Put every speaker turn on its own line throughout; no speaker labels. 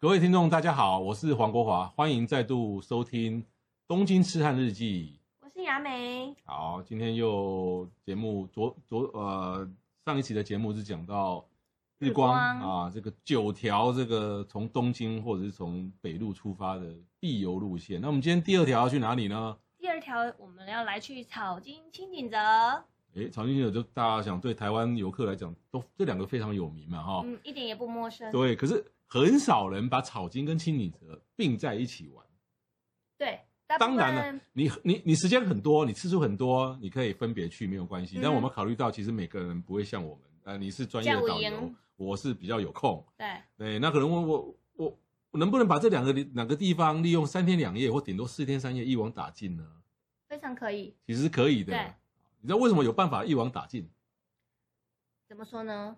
各位听众，大家好，我是黄国华，欢迎再度收听《东京痴汉日记
我是雅美》。。
好，今天又节目昨昨呃上一期的节目是讲到日光
日光
啊，这个九条这个从东京或者是从北路出发的必游路线。那我们今天第二条要去哪里呢？
第二条，我们要来去草金清景泽，
诶，长津有就大家想对台湾游客来讲，都这两个非常有名嘛哈。
嗯，一点也不陌生。
对，可是很少人把草金跟青岭泽并在一起玩。
对，大部
当
分
然了，你你你时间很多，你次数很多，你可以分别去没有关系。
嗯
但我们考虑到，其实每个人不会像我们，呃，你是专业的
像我
导
一样
游，我是比较有空，
对，
对，那可能我我我我能不能把这两个两个地方利用三天两夜或顶多四天三夜一网打尽呢？
非常可以。
其实是可以的
对。
你知道为什么有办法一网打尽？
怎么说呢？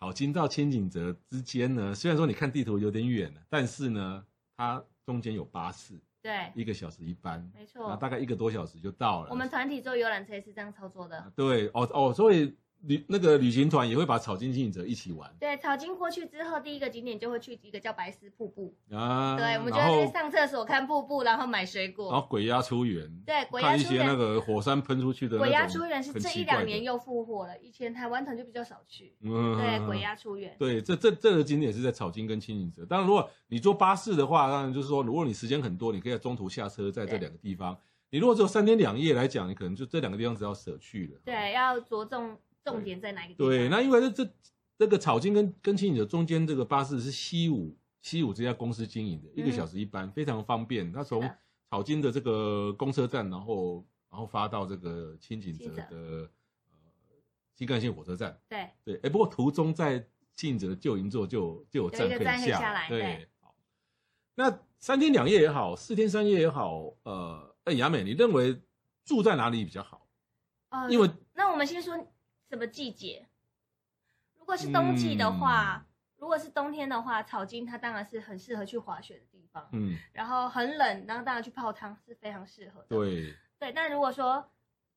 草金到千景泽之间呢，虽然说你看地图有点远了，但是呢，它中间有巴士，
对，
一个小时一班，
没
然后
错。
大概一个多小时就到了。
我们团体坐游览车也是这样操作的。
对，哦哦，所以旅那个旅行团也会把草金经营者一起玩
对，草金过去之后，第一个景点就会去一个叫白丝瀑布。
啊。
对，我们就
然后
会去上厕所、看瀑布，然后买水
然
果。
后鬼压出园，
对，鬼
看
压
一
出
些那
人，
个火山喷出去的那种
鬼压出人是
很
这
奇
一
怪
两
的
年又复活了，以前台湾团就比较少去。
嗯
对，鬼。压出人。
对，这这这个景点是在草金跟清景泽。当然，如果你坐巴士的话，当然就是说，如果你时间很多，你可以在中途下车，在这
对
两个地方。你如果只有三天两夜来讲，你可能就这两个地方只要舍去了。
对，要着重重点在哪一个地方？
对，那因为这这这个草金跟跟清景的中间这个巴士是西武西武这家公司经营的，一个
嗯
小时一班，非常方便。它从
是的
草金的这个公车站，然后然后发到这个清景泽
清
的
泽
呃新干线火车站。
对，
对，哎、不过途中在清景泽的旧银座就就有
有一
站
个
可以
站可以
下
下
来
来
对
对，
好。那三天两夜也好，四天三夜也好，呃，哎，雅美，你认为住在哪里比较好？
哦
因为
那我们先说什么季节？如果是冬季的话，
嗯
如果是冬天的话，草金它当然是很适合去滑雪的地方，
嗯，
然后很冷，然后当然去泡汤是非常适合的。
对。
对，但如果说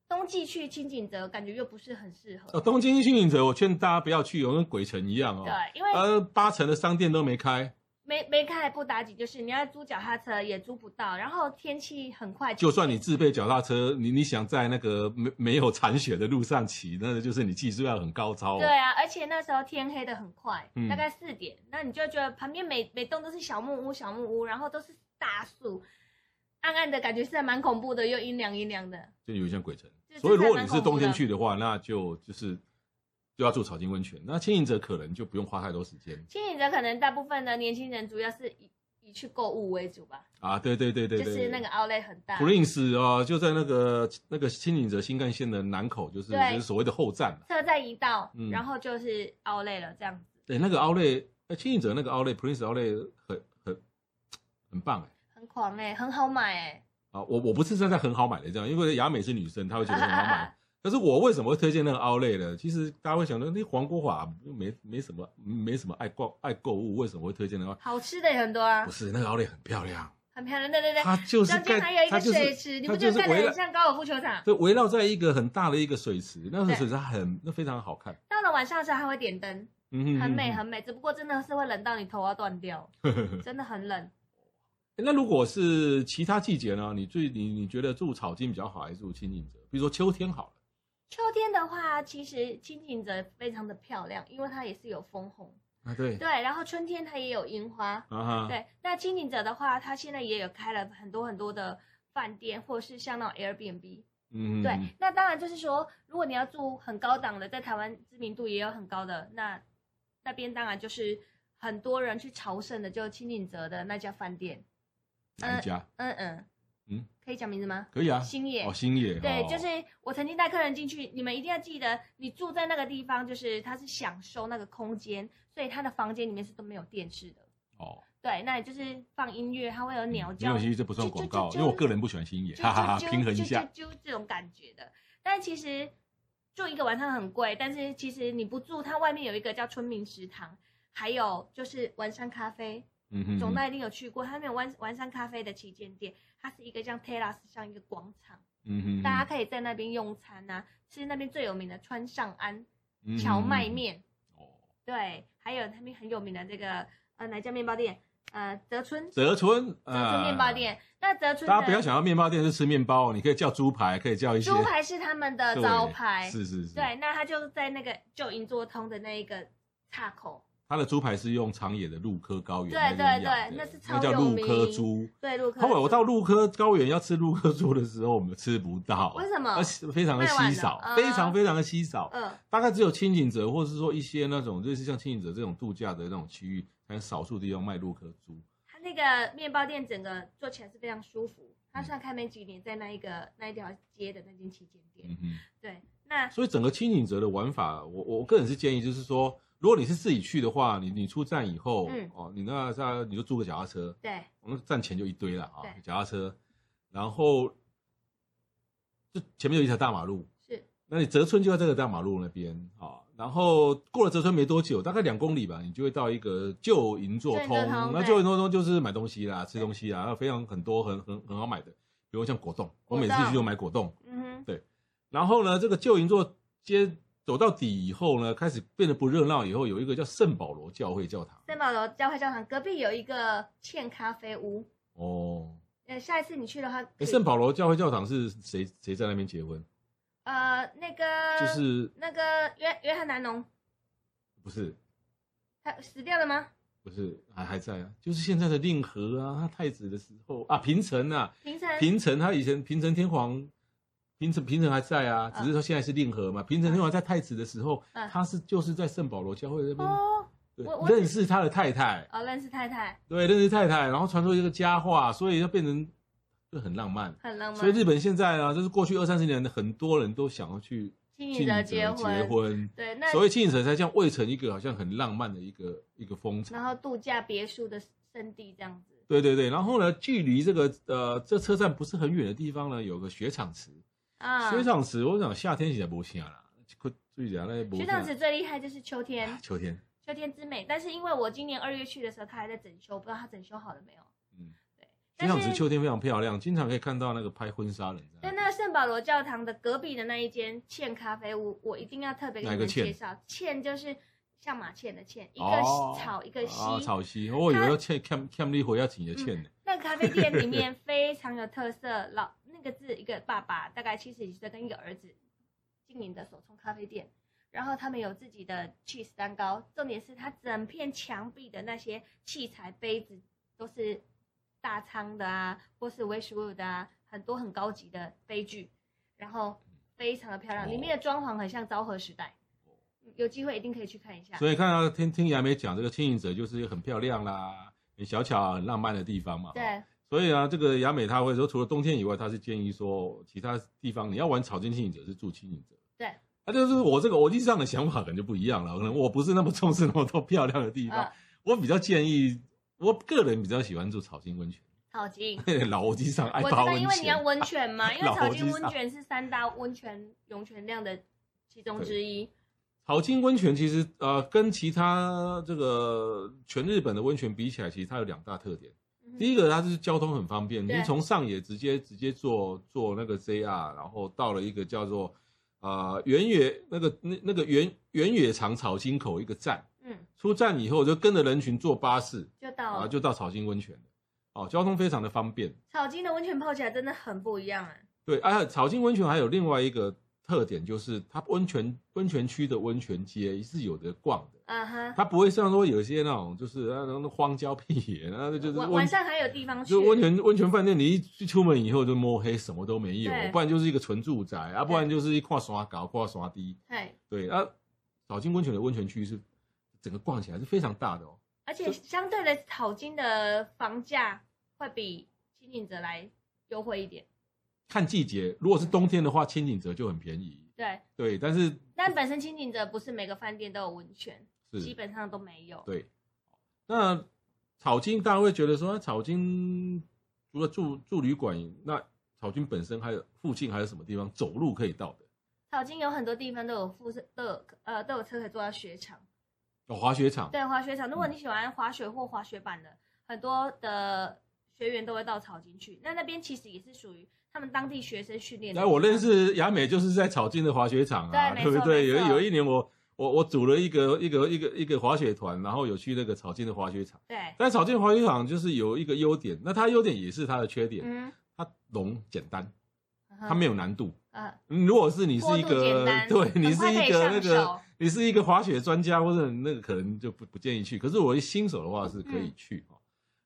冬季去清景泽，感觉又不是很适合。
哦，东京幸运者，我劝大家不要去哦，跟鬼城一样哦。
对，因为
呃，八成的商店都没开，
没没开不打紧，就是你要租脚踏车也租不到，然后天气很快
就算你自备脚踏车，你你想在那个没没有铲雪的路上骑，那就是你技术要很高超、哦。
对，啊，而且那时候天黑的很快，
嗯
大概四点，那你就觉得旁边每每栋都是小木屋、小木屋，然后都是大树，暗暗的感觉是还蛮恐怖的，又阴凉阴凉的。
就有点像鬼城
就。是
所以如
在
果
蛮
你是
恐怖
冬天
的
去的话，那就就是就要住草金温泉。那经营者可能就不用花太多时间
牵引着可能大部分的年轻人主要是以以去购物为主吧，
啊。对对对对对，
就是那个 outlet 很大，
Prince 哦，就在那个那个经营者新干线的南口，就是
对
就是所谓的后站啊嘛。
车站一到，
嗯
然后就是 outlet 了这样子，
对，那个奥莱，呃，清影者那个奥莱，Prince 奥莱很很很棒哎。
很狂哎、很好买哎、
啊，我我不是站在很好买的这样，因为雅美是女生，她会觉得很好买。但是我为什么会推荐那个奥莱呢？其实大家会想到，那黄国华没没什么没什么爱逛爱购物，为什么会推荐那个？
好吃的也很多啊
不，是那个奥莱很漂亮，
很漂亮，对对对。
它就是
中间还有一
它
个
就是
水池，你
它
不
就
觉
是
得看起
围
来
绕
很像高尔夫球场？
对围绕在一个很大的一个水池，那个
对
水池很那非常好看，
到了晚上的时候还会点灯，
嗯哼
很美
哼
很美，只不过真的是会冷到你头要断掉，
哼
真的很冷。
那如果是其他季节呢？你最你你觉得住草金比较好，还是住清景泽？比如说秋天好了，
秋天的话，其实清景泽非常的漂亮，因为它也是有枫红，
啊对，
对，然后春天它也有樱花，
啊哈，
对。那清景泽的话，它现在也有开了很多很多的饭店，或者是像那种 Airbnb，
嗯
对。那当然就是说，如果你要住很高档的，在台湾知名度也有很高的，那那边当然就是很多人去朝圣的，就清景泽的那家饭店，
哪一家？
嗯嗯
嗯，
可以讲名字吗？
可以啊，
星野
哦，星野，
对
哦，
就是我曾经带客人进去，你们一定要记得，你住在那个地方，就是它是享受那个空间，所以它的房间里面是都没有电视的。
哦，
对，那也就是放音乐，它会有
嗯
鸟
没
叫，
关系，这不算广告，
啾啾啾
因为我个人不喜欢星野，
啾
哈哈哈，
啾啾
平衡一下
啾。啾啾这种感觉的。但其实住一个晚上很贵，但是其实你不住，它外面有一个叫村民食堂，还有就是文山咖啡，
嗯哼
总
哼，
大一定有去过，它那有文文山咖啡的旗舰店，它是一个像 terrace 像一个广场，
嗯哼
大家可以在那边用餐啊，吃那边最有名的川上安
家
荞麦，面，
嗯哦，
对，还有那边很有名的这个呃哪一家面包店？呃，泽村泽
泽村，
村
呃，
面包店。那泽村
大家不要
的
想要面包店是吃面包，哦你可以叫猪排，可以叫一些
猪排是他们的
对
招牌，
是是是，
对，那他就在那个旧银座通的那一个岔口，
它的猪排是用长野的鹿科高原
对
那边
对
养
对
的
那是
那
超
叫
有
鹿
名
科猪。
对，啊路口。
后来我到鹿科高原要吃鹿科猪的时候，我们吃不到，
为什么
而且非常的
卖完
稀
了
少，
啊
非常非常的稀少，
嗯，
大概只有清景泽或是说一些那种类似像清景泽这种度假的那种区域，才有少数地方卖鹿科猪。
他那个面包店整个做起来是非常舒
嗯
服。他虽然开没几年，在那一个那一条街的那间旗舰店，
嗯哼，
对，那
所以整个清景泽的玩法，我我个人是建议就是说，如果你是自己去的话，你你出站以后，
嗯
哦，你那在你就租个脚踏车，
对
我们站前就一堆了啊，
对
脚踏车，然后就前面有一条大马路，
是
那你泽村就在这个大马路那边啊，然后过了泽村没多久，大概两公里吧，你就会到一个旧银座
旧
通
银座通，
那
对
旧银座通就是买东西啦、吃东西啦，然后非常很多很很很好买的，比如像果冻，我每次去就买果冻，
嗯哼，
然后呢，这个旧银座街走到底以后呢，开始变得不热闹，以后有一个叫圣保罗教会教堂，
三宝楼教会教堂隔壁有一个欠咖啡屋。
哦。
呃，下一次你去的话可
诶
以，
圣保罗教会教堂是谁谁在那边结婚？
呃那个
就是
那个约约翰南农，
不是
他死掉了吗？
不是还还在啊？就是现在的令和啊，他太子的时候啊，平城啊，
平成
平城他以前平城天皇，平城平城还在啊，只是说现在是令和嘛。平城天皇在太子的时候，
嗯
他是就是在圣保罗教会那边、
哦
对
我我
认识他的太太，
哦，认识太太，
对，认识太太，然后传说一个佳话，所以要变成就很浪漫。
很浪漫。
所以日本现在啊，就是过去二三十年，很多人都想要去庆
清影泽
泽
结
结婚
对，那
所以庆城才这样喂成一个好像很浪漫的一个一个风
然
潮。
后度假别墅的圣地这样子，
对对对，然后呢，距离这个呃这车站不是很远的地方呢，有个雪场池。
啊，
雪场池，我想夏天现在不行啦，可注意点那不
学长子最厉害就是秋天，
哎秋天，
秋天之美。但是因为我今年二月去的时候，它还在整修，不知道它整修好了没有。
嗯，
对，
雪
但
场池
是
秋天非常漂亮，经常可以看到那个拍婚纱人在
在
那。
那个圣保罗教堂的隔壁的那一间茜咖啡屋，我一定要特别给
哪
你
个
们
茜
介绍。茜就是像马茜的茜，一个
哦
草一个溪。嗯
啊，草溪，我有要欠欠欠你回要请的欠呢。
那个咖啡店里 面非常有特色，老那个字一个爸爸，大概七十几岁，跟一个儿子经营的手冲咖啡店。然后他们有自己的 cheese 蛋糕，重点是它整片墙壁的那些器材、杯子都是大仓的啊，或是 Westwood 的啊，很多很高级的杯具，然后非常的漂亮，
哦
里面的装潢很像昭和时代。嗯有机会一定可以去看一下。
所以看到听听雅美讲这个清影者就是很漂亮啦，很小巧很浪漫的地方嘛。
对，
所以啊，这个雅美她会说，除了冬天以外，她是建议说，其他地方你要玩草间清影者是住清影者。
对，
啊，就是我这个我立上的想法可能就不一样了，可能我不是那么重视那么多漂亮的地方，
嗯，
我比较建议，我个人比较喜欢住草间温泉，
好近。
老欧基上爱
我知
泡
道，
温
因为你要
泉。啊
温泉嘛，因为
老啊
草
头
金
知
温
道
泉是三大温泉涌泉量的其中之一。
草间温泉其实呃，跟其他这个全日本的温泉比起来，其实它有两大特点。
嗯
第一个，它就是交通很方便，你
对
从上野直接直接坐坐那个 JR，然后到了一个叫做呃原野那个那那个原原野长草金口一个站，
嗯，
出站以后就跟着人群坐巴士
就到
啊，
了
就到草金温泉了哦，交通非常的方便。
草金的温泉泡起来真的很不一样哎、
对，啊，草金温泉还有另外一个特点就是它温泉温泉区的温泉街是有的逛的。
啊哈，
它不会像说有些那种就是啊那种荒郊僻野，那就是
晚
温
晚上还有地方去
就温泉温泉饭店，你一去出门以后就摸黑，什么都没有
对，
不然就是一个纯住宅，啊，不然就是一跨刷高、跨刷低。
对，
对啊，早金温泉的温泉区是整个逛起来是非常大的哦。
而且
就
相对的草金的房价会比清景泽来优惠一点。
看季节，如果是冬天的话，千景泽就很便宜。
对，
对，但是
但本身清景泽不是每个饭店都有温泉，基
是
本上都没有。
对，那草金大家会觉得说，草金除了住住旅馆，那草金本身还有附近还有什么地方走路可以到的？
草金有很多地方都有附设都有呃都有车可以坐到雪场。
哦，滑雪场。
对，滑雪场，
嗯
如果你喜欢滑雪或滑雪板的，很多的学员都会到草金去。那那边其实也是属于他们当地学生训练的。
那哎我认。识雅美就是在草金的滑雪场啊，
对
对不
没错
对？有
没错
有一年我我我组了一个一个一个一个滑雪团，然后有去那个草金的滑雪场。
对，
但草金滑雪场就是有一个优点，那它优点也是它的缺点，
嗯，
它容简单，它
他
没有难度。
嗯呃，
嗯如果是你
坡
是一
度简
个
单，
对你
很
是
快可
一
以
个
上
那个
手
你是一个滑雪专家，或者那个可能就不不建议去。可是我一新手的话是可以去哦。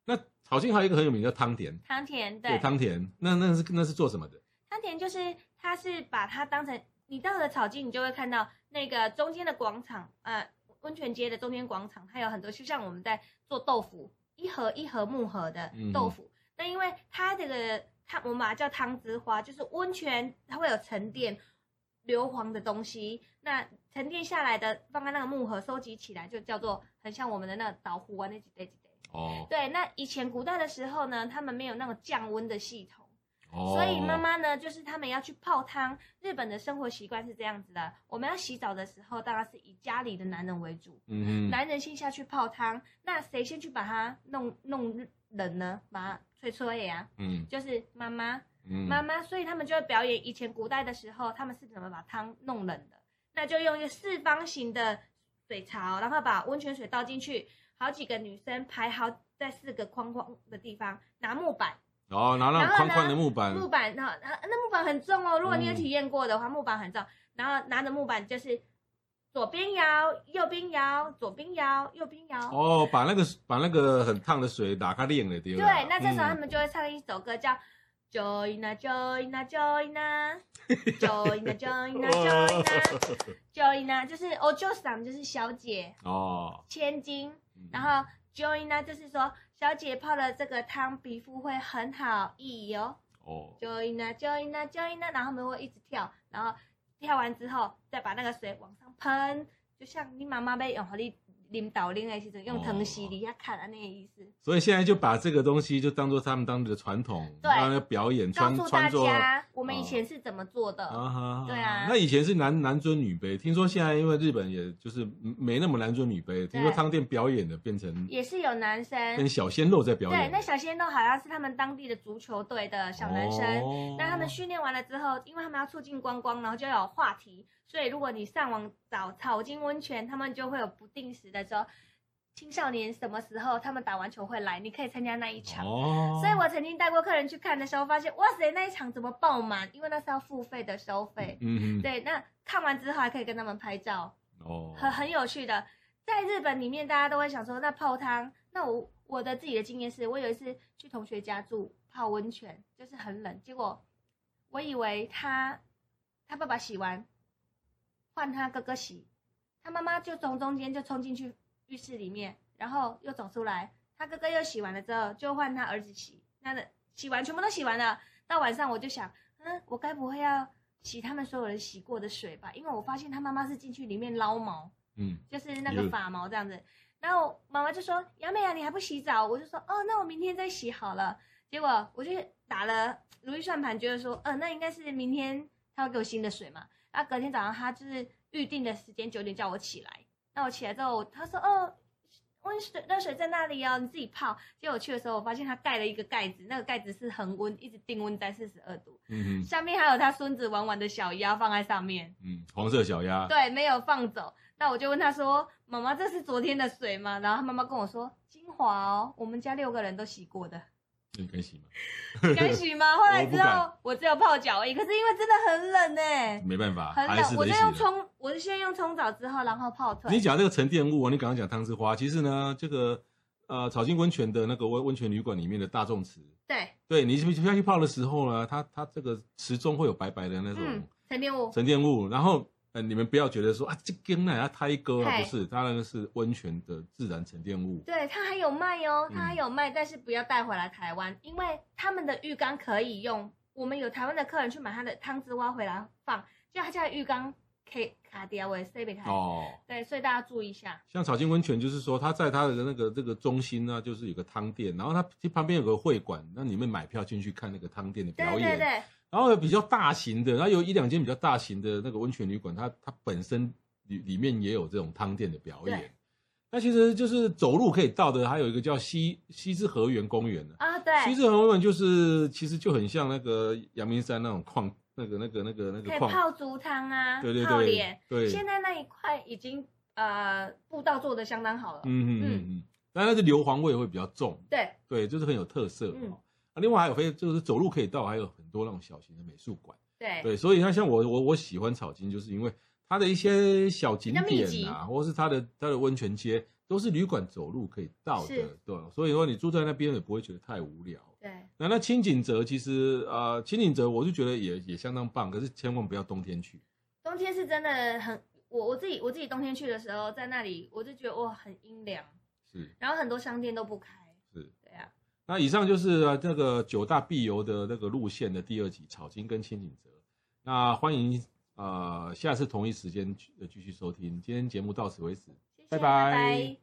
那草金还有一个很有名叫汤田，
汤田，
对
对，
汤田，那那是那是做什么的？
汤田就是它是把它当成你到了草金，你就会看到那个中间的广场，呃，温泉街的中间广场，它有很多，就像我们在做豆腐，一盒一盒木盒的豆腐。那因为它这个它我们把它叫汤之花，就是温泉它会有沉淀硫磺的东西，那沉淀下来的放在那个木盒收集起来，就叫做很像我们的那个导壶啊，那几堆几堆。
哦
对，那以前古代的时候呢，他们没有那种降温的系统。
哦，
所以妈妈呢，就是他们要去泡汤。日本的生活习惯是这样子的：我们要洗澡的时候，当然是以家里的男人为主，
嗯哼，
男人先下去泡汤。那谁先去把它弄弄冷呢？把它吹吹呀、
嗯
就是妈妈，
嗯，
妈妈。所以他们就会表演以前古代的时候，他们是怎么把汤弄冷的。那就用一个四方形的水槽，然后把温泉水倒进去，好几个女生排好在四个框框的地方，拿木板。
然后哦拿
然
那
后
宽
呢
宽的木板，
木板，然后然后那木板很重哦。如果你有
嗯
体验过的话，木板很重。然后拿着木板就是左边摇，右边摇，左边摇，右边摇。
哦，把那个把那个很烫的水打开炼了，对不
对，那这时
嗯
候他们就会唱一首歌叫。Join a Join a Join a Join a Join a Join a Join a，就是 Ojo san 就是小姐
哦，
千金，
嗯
然后 Join a 就是说小姐泡了这个汤皮肤会很好意哟、
哦
join 啊 join 啊 join 啊，然后他们会一直跳，然后跳完之后再把那个水往上喷，就像你妈妈被用和你淋倒淋的时阵，用藤洗你遐看啊那个意思。
所以现在就把这个东西就当做他们当地的传统，
对
让那表演
告
穿
诉大
穿着啊
家我们以前是怎么做的。
哈，
对啊
那以前是男男尊女卑，听说现在因为日本也就是嗯没那么男尊女卑，听说汤店表演的变成
也是有男生
跟，小鲜肉在表
对
演，，
那小鲜肉好像是他们当地的足球队的小男生。
哦
那他们训练完了之后，因为他们要促进观光，然后就要有话题，所以如果你上网找草金温泉，他们就会有不定时的说青少年什么时候他们打完球会来，你可以参加那一场。
哦，
所以我曾经带过客人去看的时候，发现哇塞，那一场怎么爆满？因为那是要付费的收费。
嗯嗯
对，那看完之后还可以跟他们拍照，
哦
很很有趣的。在日本里面，大家都会想说，那泡汤，那我我的自己的经验是，我有一次去同学家住泡温泉，就是很冷，结果我以为他他爸爸洗完，换他哥哥洗，他妈妈就从中间就冲进去浴室里面，然后又走出来，他哥哥又洗完了之后，就换他儿子洗，那的洗完全部都洗完了，到晚上我就想，嗯，我该不会要洗他们所有人洗过的水吧？因为我发现他妈妈是进去里面捞毛。
嗯
就是那
有
个发毛这样子。然后妈妈就说：“杨美啊，你还不洗澡？”我就说：“哦，那我明天再洗好了。”结果我就打了如意算盘，觉得说：“嗯、那应该是明天他会给我新的水嘛。”然后隔天早上他就是预定的时间九点叫我起来，那我起来之后，他说：“哦，温水热水在那里哦，你自己泡。”结果我去的时候，我发现他盖了一个盖子，那个盖子是恒温，一直定温在四十二度，
嗯嗯
上面还有他孙子玩玩的小鸭放在上面。
嗯，黄色小鸭，
对，没有放走。那我就问他说：“妈妈，这是昨天的水吗？”然后他妈妈跟我说：“精华哦，我们家六个人都 洗过的，
你敢洗吗？
你敢洗吗？”后来
我不
之后我只有泡脚而已，可是因为真的很冷呢、
没办法，
很
啊还是
冷，我
得
就
洗
用
的
冲，我就先用冲澡之后，然后泡
你
腿。
讲这个沉淀物啊，你刚刚讲汤之花，其实呢，这个呃草金温泉的那个温温泉旅馆里面的大众池，
对，
对你下去泡的时候呢，它它这个池中会有白白的那
嗯
种，
沉淀物，
沉淀物，然后呃你们不要觉得说啊这根呢它胎哥啊，
嗨
不是，它那个是温泉的自然沉淀物。
对，它还有卖哦，它
嗯
还有卖，但是不要带回来台湾，因为他们的浴缸可以用。我们有台湾的客人去买他的汤之蛙回来放，就他家的浴缸 K 卡迪亚，我也塞北卡迪亚。
哦。
对，所以大家注意一下。
像草金温泉，就是说它在它的那个这个中心呢、就是有个汤店，然后它其实旁边有个会馆，那你们买票进去看那个汤店的
对
表演。
对对，
然后有比较大型的，然后有一两间比较大型的那个温泉旅馆，它它本身里里面也有这种汤店的表
对
演。那其实就是走路可以到的，还有一个叫西西之河园公园呢。
啊对，
西之河公园就是其实就很像那个阳明山那种矿，那个那个那个那
可
个
以
矿，
泡足汤啊，
对对
泡
对
脸。
对，
现在那一块已经呃步道做的相当好了。
嗯嗯嗯嗯，但那个硫磺味会比较重，
对，
对，就是很有特色哦。
嗯
啊，另外还有非就是走路可以到，还有很多那种小型的美术馆。
对，
对，所以像像我我我喜欢草金，就是因为它的一些小景
比较密
点
集
啊，或是它的它的温泉街，都是旅馆走路可以到的
是，
对。所以说你住在那边也不会觉得太无聊。
对，
那那清景泽其实呃，清景泽我就觉得也也相当棒，可是千万不要冬天去。
冬天是真的很，我我自己我自己冬天去的时候，在那里我就觉得哇很阴凉，
是
然后很多商店都不开。
是。
对啊，
那以上就是呃那个九大必游的那个路线的第二集，草金跟千景泽。那欢迎呃下次同一时间继呃继续收听，今天节目到此为止。
谢谢，
拜
拜
拜
拜